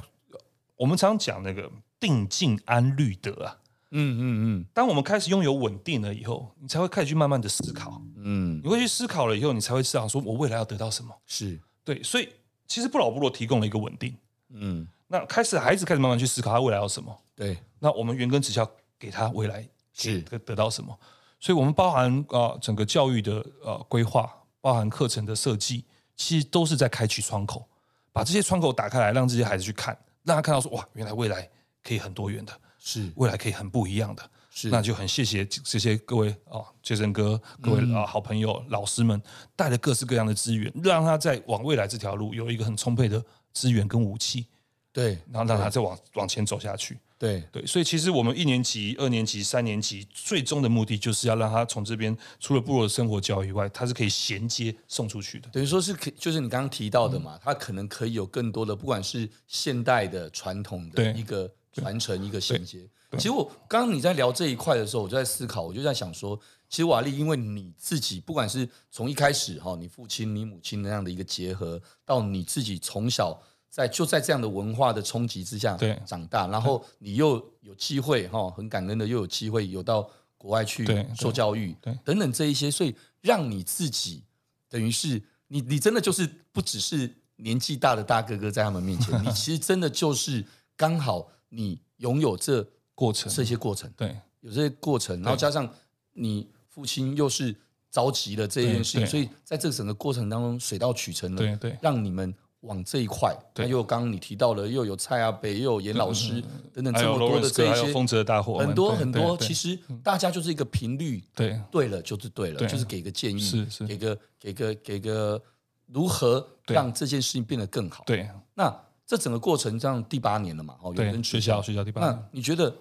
我们常讲那个定静安虑得啊。嗯嗯当我们开始拥有稳定了以后，你才会开始去慢慢的思考。嗯嗯，你会去思考了以后，你才会知道说我未来要得到什么。是，对，所以其实不老部落提供了一个稳定。嗯，那开始孩子开始慢慢去思考他未来要什么。对，那我们原根直校给他未来是得得到什么？所以我们包含呃整个教育的呃规划，包含课程的设计，其实都是在开启窗口，把这些窗口打开来，让这些孩子去看，让他看到说哇，原来未来可以很多元的，是未来可以很不一样的。是，那就很谢谢这这些各位啊，杰森哥，各嗯位啊、好朋友、老师们带了各式各样的资源，让他在往未来这条路有一个很充沛的资源跟武器，对然后让他再往往前走下去。对，对，所以其实我们一年级、二年级、三年级最终的目的就是要让他从这边除了部落的生活教育以外，他是可以衔接送出去的。嗯等于说是可，就是你刚刚提到的嘛，它可能可以有更多的，不管是现代的、传统的对一个传承、一个衔接。其实我刚刚你在聊这一块的时候，我就在思考，我就在想说，其实瓦力，因为你自己不管是从一开始哈，你父亲、你母亲那样的一个结合，到你自己从小在就在这样的文化的冲击之下对长大，然后你又有机会哈，很感恩的又有机会有到国外去对受教育对对，等等这一些，所以让你自己等于是你，你真的就是不只是年纪大的大哥哥在他们 [LAUGHS] 面前，你其实真的就是刚好你拥有这过程这些过程，对有这些过程，然后加上你父亲又是着急了这件事情，对对所以在这整个过程当中水到渠成对了，对让你们。往这一块，那对嗯又刚刚你提到了，又有蔡阿北，又有严老师等等还这有么多的 Lawrence 哥，这还有些，丰泽大伙们，很多对很对多，对其实大家就是一个频率，对对了就是对了，对就是给个建议，是是给个给个给个如何对让这件事情变得更好。，对那这整个过程这样第八年了嘛，哦，有对，跟学校学校第八年那你觉得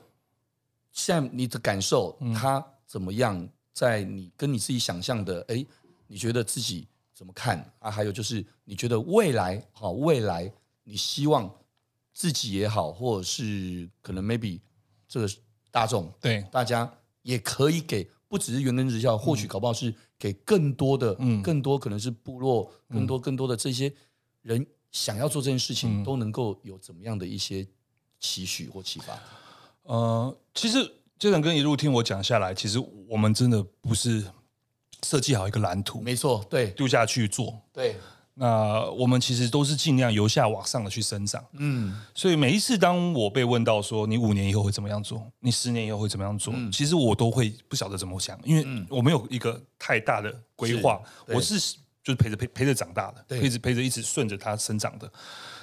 现在你的感受，他怎么样？在你跟你自己想象的，哎，你觉得自己怎么看啊？还有就是，你觉得未来，好、未来你希望自己也好，或者是可能 maybe 这个大众对大家也可以给，不只是原根职校，或许搞不好是给更多的，嗯更多可能是部落，更多更多的这些人想要做这件事情，都能够有怎么样的一些期许或启发？呃，其实杰森哥一路听我讲下来，其实我们真的不是设计好一个蓝图没错，对丢下去做，对，那我们其实都是尽量由下往上的去生长。嗯，所以每一次当我被问到说你五年以后会怎么样做，你十年以后会怎么样做，嗯其实我都会不晓得怎么想，因为我没有一个太大的规划，对我是就是陪着陪陪着长大的，对陪着陪着一直顺着他生长的。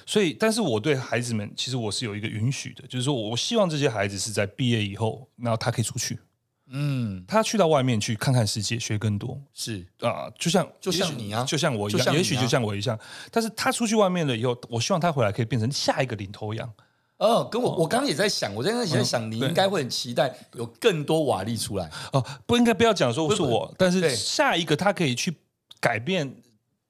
所以，但是我对孩子们，其实我是有一个允许的，就是说我我希望这些孩子是在毕业以后，然后他可以出去，嗯，他去到外面去看看世界，学更多是啊、就像就像也许你啊就像我一就像样，你啊也许就像我一样。但是他出去外面了以后，我希望他回来可以变成下一个领头羊。哦，嗯跟我我刚刚也在想，我在那在想，你应该会很期待有更多瓦力出来。哦，不应该不要讲说是我，但对是下一个他可以去改变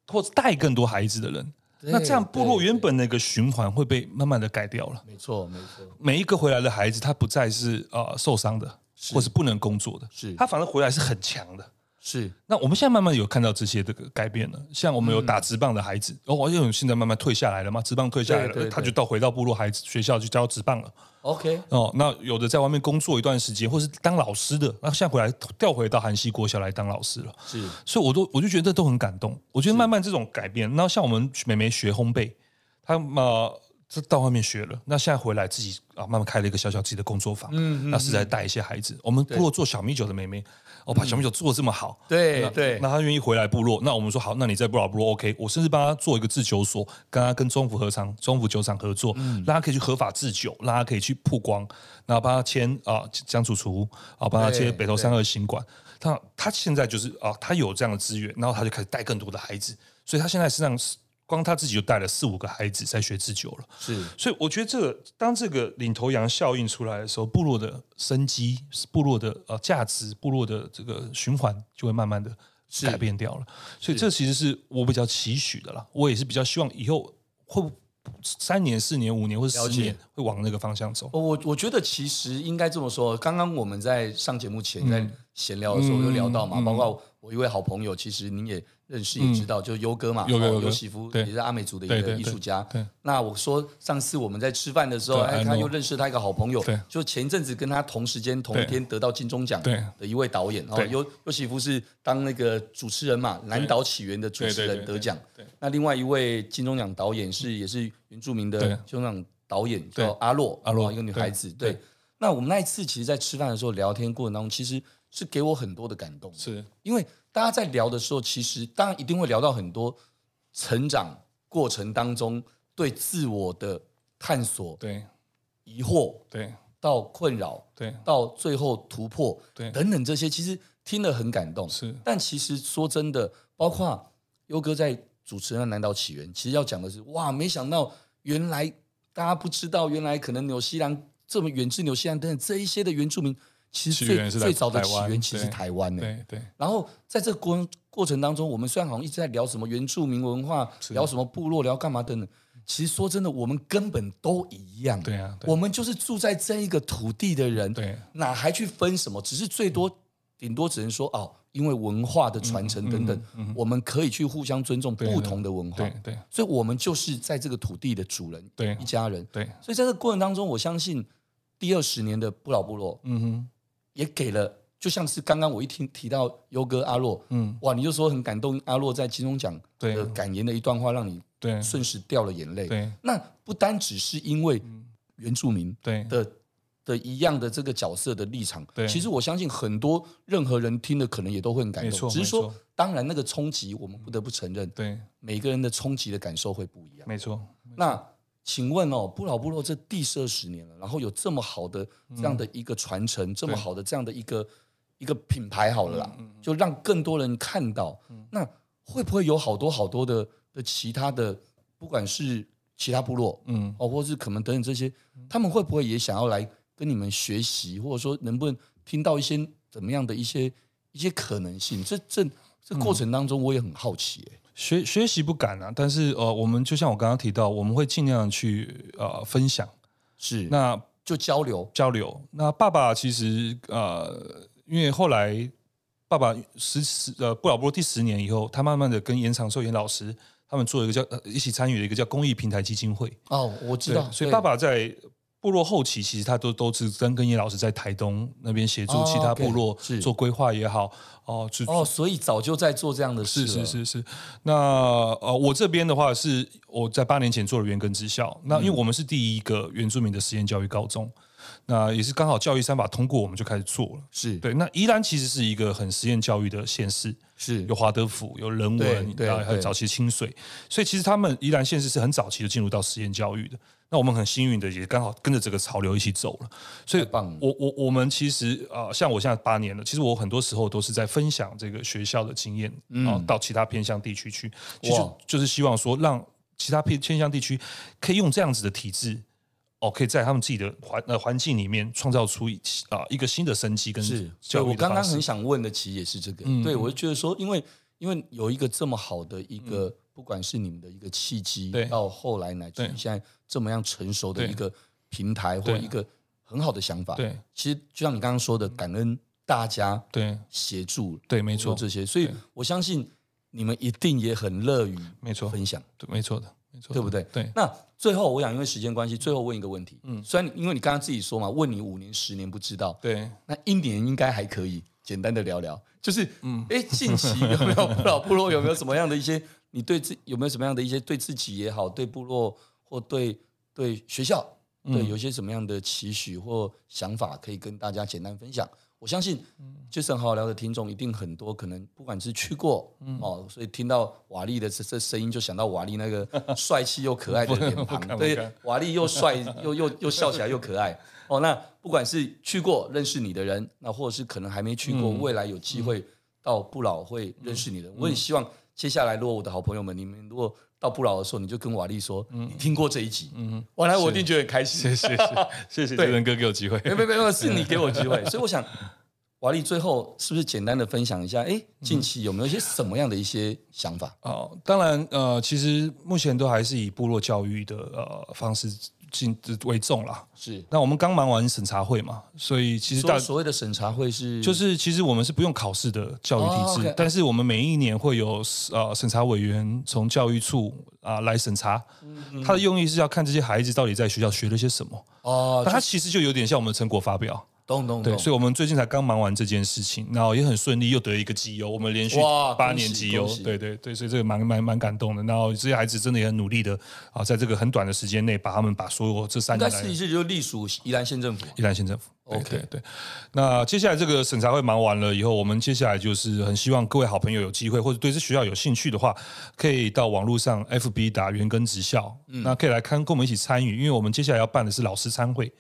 或者带更多孩子的人，那这样部落对原本那个循环会被慢慢的改掉了。没错没错，每一个回来的孩子，他不再是呃受伤的，或是不能工作的，是他反而回来是很强的。是那我们现在慢慢有看到这些这个改变了，像我们嗯有打直棒的孩子，哦，我有现在慢慢退下来了嘛，直棒退下来了，哎对对对他就到回到部落孩子学校去教直棒了。 OK，哦，那有的在外面工作一段时间，或是当老师的，那现在回来调回到韩系国小来当老师了。是所以我都我就觉得都很感动。我觉得慢慢这种改变，那像我们妹妹学烘焙，她呃这到外面学了，那现在回来自己啊慢慢开了一个小小自己的工作坊，嗯嗯那是在带一些孩子。我们部落做小米酒的妹妹，哦把小米酒做的这么好，对那对啊那她愿意回来部落，那我们说好，那你在不老部落 OK，我甚至帮她做一个制酒所，跟她跟中福合厂、中福酒厂合作，嗯让她可以去合法制酒，让她可以去曝光，然后帮她签啊江楚厨啊，帮她对签北投对三二新馆。他他现在就是啊，他有这样的资源，然后他就开始带更多的孩子，所以他现在实际上是光他自己就带了四五个孩子在学制酒了。是所以我觉得这个当这个领头羊效应出来的时候，部落的生机、部落的呃价值、部落的这个循环就会慢慢的改变掉了。所以这其实是我比较期许的啦，我也是比较希望以后会三年、四年、五年或者了十解年会往那个方向走。我我我觉得其实应该这么说。刚刚我们在上节目前在闲聊的时候嗯有聊到嘛，嗯包括我一位好朋友，其实您也认识也知道，就优哥嘛，优哥哦优哥尤喜夫对也是阿美族的一对个对艺术家对对。那我说上次我们在吃饭的时候，对哎， I 他 know 又认识他一个好朋友对，就前一阵子跟他同时间同一对天得到金钟奖对的一位导演，哦，对尤尤喜夫是当那个主持人嘛，《南岛起源》的主持对对人对得奖对对。那另外一位金钟奖导演是也是原住民的嗯对金钟奖导演对叫阿洛，阿洛哦一个女孩子。对对，那我们那一次其实，在吃饭的时候聊天过程当中，其实是给我很多的感动，是因为大家在聊的时候，其实当然一定会聊到很多成长过程当中对自我的探索、对疑惑对到困扰，对到最后突破，对等等这些，其实听了很感动。是但其实说真的，包括优哥在主持人的《南岛起源》，其实要讲的是，哇，没想到原来大家不知道，原来可能纽西兰这么远至纽西兰等等这一些的原住民，其实起最源是在最早的台起湾源其实是对台湾呢、对对然后在这个过过程当中，我们虽然好像一直在聊什么原住民文化，聊什么部落，聊干嘛等等，其实说真的，我们根本都一样。对啊对我们就是住在这一个土地的人，对哪还去分什么？只是最嗯多顶多只能说哦，因为文化的传承等嗯等，我们可以去互相尊重对对不同的文化对，对所以我们就是在这个土地的主人，对一家人。对，所以在这个过程当中，我相信第二十年的不老部落，嗯哼，也给了，就像是刚刚我一听提到优哥阿洛，嗯哇，你就说很感动，阿洛在金钟奖对的感言的一段话，让你对瞬时掉了眼泪。对嗯那不单只是因为原住民对的的一样的这个角色的立场，对其实我相信很多任何人听了可能也都会很感没动，错只是没说错，当然那个冲击，我们不得不承认，对，每个人的冲击的感受会不一样。没错，那请问哦，不老部落这第十二十年了，然后有这么好的这样的一个传承，这么好的这样的一个一个品牌好了啦，嗯就让更多人看到。那会不会有好多好多的的其他的，不管是其他部落，嗯，哦，或是可能等等这些，他们会不会也想要来跟你们学习，或者说能不能听到一些怎么样的一些一些可能性？这这这嗯过程当中，我也很好奇、欸，学学习不敢啊，但是呃，我们就像我刚刚提到，我们会尽量去呃分享，是那那就交流，交流。那爸爸其实呃，因为后来爸爸十十呃不老波第十年以后，他慢慢的跟严长寿严老师他们做了一个叫、呃、一起参与了一个叫公益平台基金会，哦，我知道，对所以对爸爸在部落后期，其实他都都是跟跟叶老师在台东那边协助哦其他 OK，部落是做规划也好，哦，去哦，所以早就在做这样的事是了是是是，那呃，我这边的话是我在八年前做了原根之校，那嗯因为我们是第一个原住民的实验教育高中，那也是刚好教育三法通过，我们就开始做了。是，对，那宜兰其实是一个很实验教育的县市，是有华德福，有人对文，对然后还有对早期清水，所以其实他们宜兰县市是很早期就进入到实验教育的。那我们很幸运的也刚好跟着这个潮流一起走了，所以太棒了我我我们其实啊、呃像我现在八年了，其实我很多时候都是在分享这个学校的经验，然后到其他偏向地区去，其实哇就就是希望说让其他偏偏向地区可以用这样子的体制。哦，可以在他们自己的环呃环境里面创造出一啊、一个新的生机跟是，教所以育我的刚刚方式嗯很想问的其实也是这个，对我就觉得说，因为因为有一个这么好的一个，不管是你们的一个契机，嗯对到后来乃至于对现在这么样成熟的对一个平台或对一个很好的想法，对，其实就像你刚刚说的，感恩大家对协助，对，没做错，这些，所以对我相信你们一定也很乐于没错，分享。对，没错的，没错的，对不对对，那最后，我想因为时间关系，最后问一个问题。嗯，虽然你因为你刚刚自己说嘛，问你五年、十年不知道，对，那一年应该还可以简单的聊聊，就是，嗯，哎，近期有没有老部落有没有什么样的一些，你对自有没有什么样的一些对自己也好，对部落或对对学校，对有些什么样的期许或想法可以跟大家简单分享？我相信 Jason 好好聊的听众一定很多，可能不管是去过、哦，所以听到瓦力的这这声音就想到瓦力那个帅气又可爱的 [LAUGHS] 脸庞，敢不对敢，瓦力又帅又又又笑起来又可爱哦。那不管是去过认识你的人，那或者是可能还没去过，未来有机会到不老会认识你的人，我很希望接下来如果我的好朋友们，你们如果到不老的时候，你就跟瓦力说，你听过这一集，嗯，完了我一定觉得很开心， [LAUGHS] 谢谢，谢谢对杰伦哥给我机会。没没没有，是你给我机 [LAUGHS] 会，所以我想，瓦力最后是不是简单的分享一下？哎，近期有没有一些什么样的一些想法？哦，当然，呃，其实目前都还是以部落教育的呃方式进呃为重啦。是那我们刚忙完审查会嘛，所以其实大说所谓的审查会是就是其实我们是不用考试的教育体哦制， ，OK 但是我们每一年会有呃审查委员从教育处啊、来审查，嗯他的用意是要看这些孩子到底在学校学了些什么。哦那，他其实就有点像我们的成果发表，懂懂对，懂，所以我们最近才刚忙完这件事情，然后也很顺利，又得一个绩优，我们连续哇八恭喜年绩优恭喜，对对对，所以这个蛮蛮蛮感动的。然后这些孩子真的也很努力的啊，在这个很短的时间内，把他们把所有这三应年该来是一是就隶属宜兰县政府。宜兰县政府。对 OK 对对，那接下来这个审查会忙完了以后，我们接下来就是很希望各位好朋友有机会，或者对这学校有兴趣的话，可以到网络上 FB 打原根职校，嗯那可以来看，跟我们一起参与，因为我们接下来要办的是老师参会。哦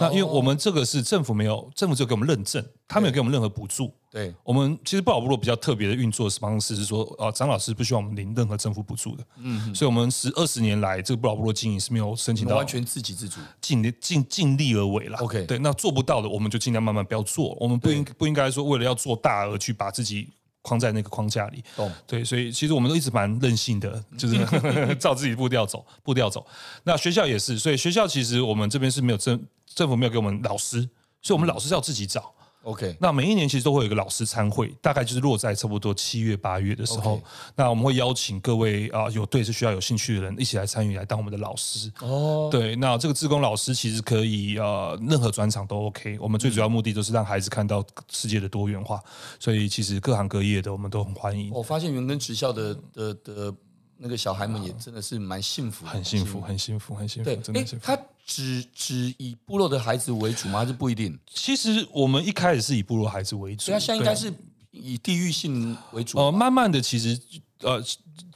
那因为我们这个是政府没有，政府只有给我们认证，他没有给我们任何补助。对，我们其实不老部落比较特别的运作方式是说，啊，张老师不需要我们领任何政府补助的，嗯，所以我们十二十年来这个不老部落经营是没有申你请们到完全自给自足。尽力尽尽力而为啦。 OK 对，那做不到的，我们就尽量慢慢不要做。我们不应不应该说为了要做大而去把自己框在那个框架里。懂对，所以其实我们都一直蛮任性的，就是 [LAUGHS] 照自己步调走，步调走。那学校也是，所以学校其实我们这边是没有政政府没有给我们老师，所以我们老师是要自己找。 OK，那每一年其实都会有一个老师参会，大概就是落在差不多七月八月的时候 OK 那我们会邀请各位啊、有对这学校有兴趣的人一起来参与，来当我们的老师。哦，对，那这个志工老师其实可以呃，任何专场都 OK。我们最主要目的就是让孩子看到世界的多元化，所以其实各行各业的我们都很欢迎，我发现原根职校的的的那个小孩们也真的是蛮幸福的，很幸福，很幸福，很幸福对，， [LAUGHS] 真的哎很幸，福他。只只以部落的孩子为主吗？还是不 [LAUGHS] 一定？其实我们一开始是以部落孩子为主，所以他现在应该对是以地域性为主。呃，慢慢的其实呃，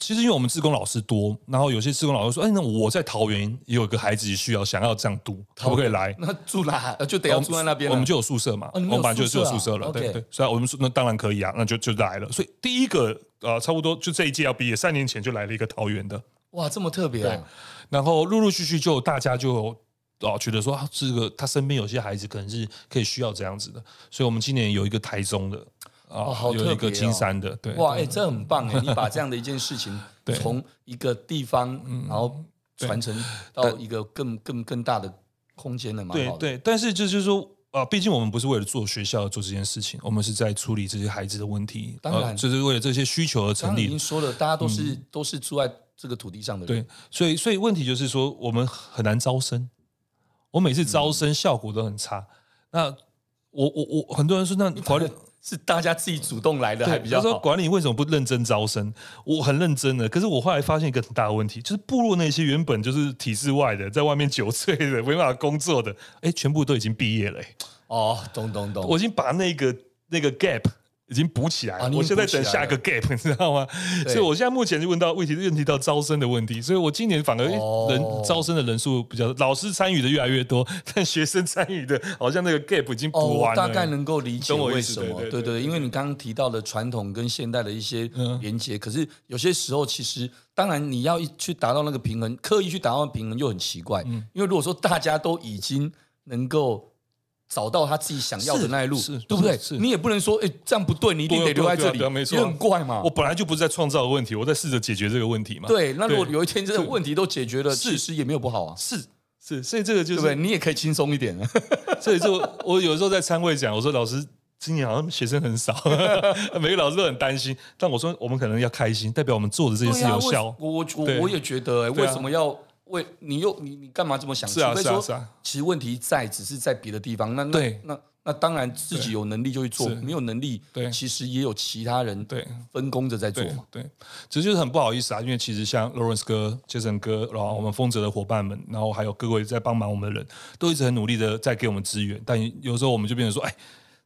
其实因为我们志工老师多，然后有些志工老师说，哎，那我在桃园也有一个孩子需要想要这样读，可不可以来？那住哪？呃就得要住在那边哦了。我们就有宿舍嘛，哦我你们们有本来就是宿舍有啊宿舍了，对 OK 对。所以我们说那当然可以啊，那就就来了。所以第一个呃，差不多就这一届要毕业，三年前就来了一个桃园的，哇，这么特别啊！然后陆陆续续就大家就有哦觉得说啊，这个他身边有些孩子可能是可以需要这样子的，所以我们今年有一个台中的啊，哦好特别哦有一个金山的，对，哇，哎、对这很 [LAUGHS] 棒哎！你把这样的一件事情对嗯从一个地方，然后传承到一个更更更大的空间了，蛮好对的。对，但是这就是说。啊，毕竟我们不是为了做学校而做这件事情，我们是在处理这些孩子的问题，当然呃就是为了这些需求而刚成刚已立的经。说了，大家都是、都是住在这个土地上的人嗯对，，所以所以问题就是说，我们很难招生。我每次招嗯生效果都很差。那我我我很多人说，那管理是大家自己主动来的还对比较他说好。管理为什么不认真招生？我很认真的，可是我后来发现一个很大的问题，就是部落那些原本就是体制外的，在外面酒醉的，没办法工作的，哎，全部都已经毕业了、诶哦，懂懂懂。我已经把那个那个 gap 已经补起来了。啊你已经我现在补起等来下一个 gap，你知道吗？对所以我现在目前就问到问题，问题到招生的问题。所以我今年反而哦人、招生的人数比较，老师参与的越来越多， [LAUGHS] 但学生参与的好像那个 gap 已经哦，补我完了。大概能够理解懂我为意思什么，对对对对因为你刚刚提到的传统跟现代的一些嗯连接，可是有些时候其实，当然你要一去达到那个平衡，刻意去达到平衡又很奇怪，因为如果说大家都已经能够。找到他自己想要的那一路，是是对不对是？你也不能说，哎、这样不对，你一定对啊得对留啊在对啊这里，对啊没错啊也很怪嘛我。本来就不是在创造问题，我在试着解决这个问题嘛。，对，那如果对有一天这个问题都解决了，是其实也没有不好啊，是是，所以这个就对是不对？你也可以轻松一点。啊所以就我有时候在参会讲，我说老师。今年好像学生很少， [LAUGHS] 每个老师都很担心。但我说我们可能要开心，代表我们做的这件对事啊有为效。我我对我我也觉得、欸，对为啊什么要为你又你你干嘛这么想？是啊除非是啊说是啊其实问题在，只是在别的地方。那那对那那当然自己有能力就去做，是没有能力，对其实也有其他人对分工着在做对嘛。对，其实就是很不好意思啊，因为其实像 Lawrence 哥、Jason 哥，然后我们丰泽的伙伴们，然后还有各位在帮忙我们的人，都一直很努力的在给我们支援，但有时候我们就变成说，哎，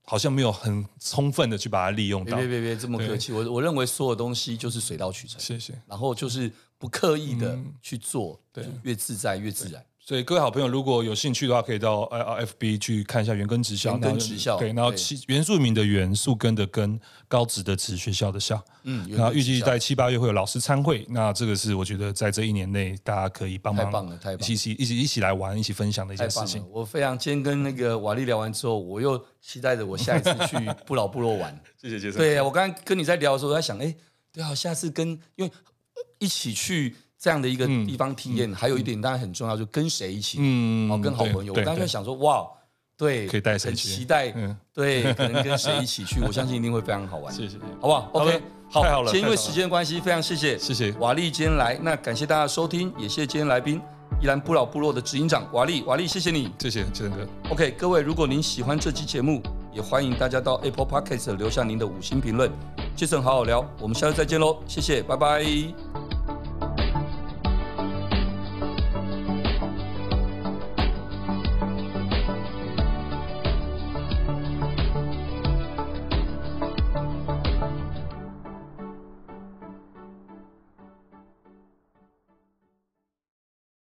好像没有很充分的去把它利用别到别。别别这么对客气，我我认为所有东西就是水到渠成，谢谢。然后就是不刻意的去做，嗯对就越自在越自然。所以各位好朋友，如果有兴趣的话，可以到 I R F B 去看一下原根职校，原根然后职校对，然后对七原住民的原，树根的根，高职的职，学校的校。嗯，有然后预点计像在七八月会有老师参会，那这个是我觉得在这一年内大家可以帮忙，太棒了太棒了一起一起一起一起来玩，一起分享的一太件事棒情了！。我非常今天跟那个瓦力聊完之后，我又期待着我下一次去 [LAUGHS] 不老部落玩。谢谢杰森。对，我刚刚跟你在聊的时候，我在想，哎，对啊，下次跟因为呃一起去这样的一个地方体验，还有一点当然很重要，就跟谁一起，嗯哦，跟好朋友。我对刚刚对在想说，哇，对，可以带谁很去期待嗯， [LAUGHS] 对，可能跟谁一起去，我相信一定会非常好玩，对谢谢，好不好好？OK，的太好了今天因为太好了时间关系，非常谢谢，谢谢瓦力今天来，那感谢大家的收听，也谢谢今天来宾。宜兰不老部落的执行长瓦力，瓦力，谢谢你。谢谢杰森哥。 OK，各位，如果您喜欢这期节目，也欢迎大家到 Apple Podcast 留下您的五星评论。杰森好好聊，我们下次再见喽，谢谢，拜拜。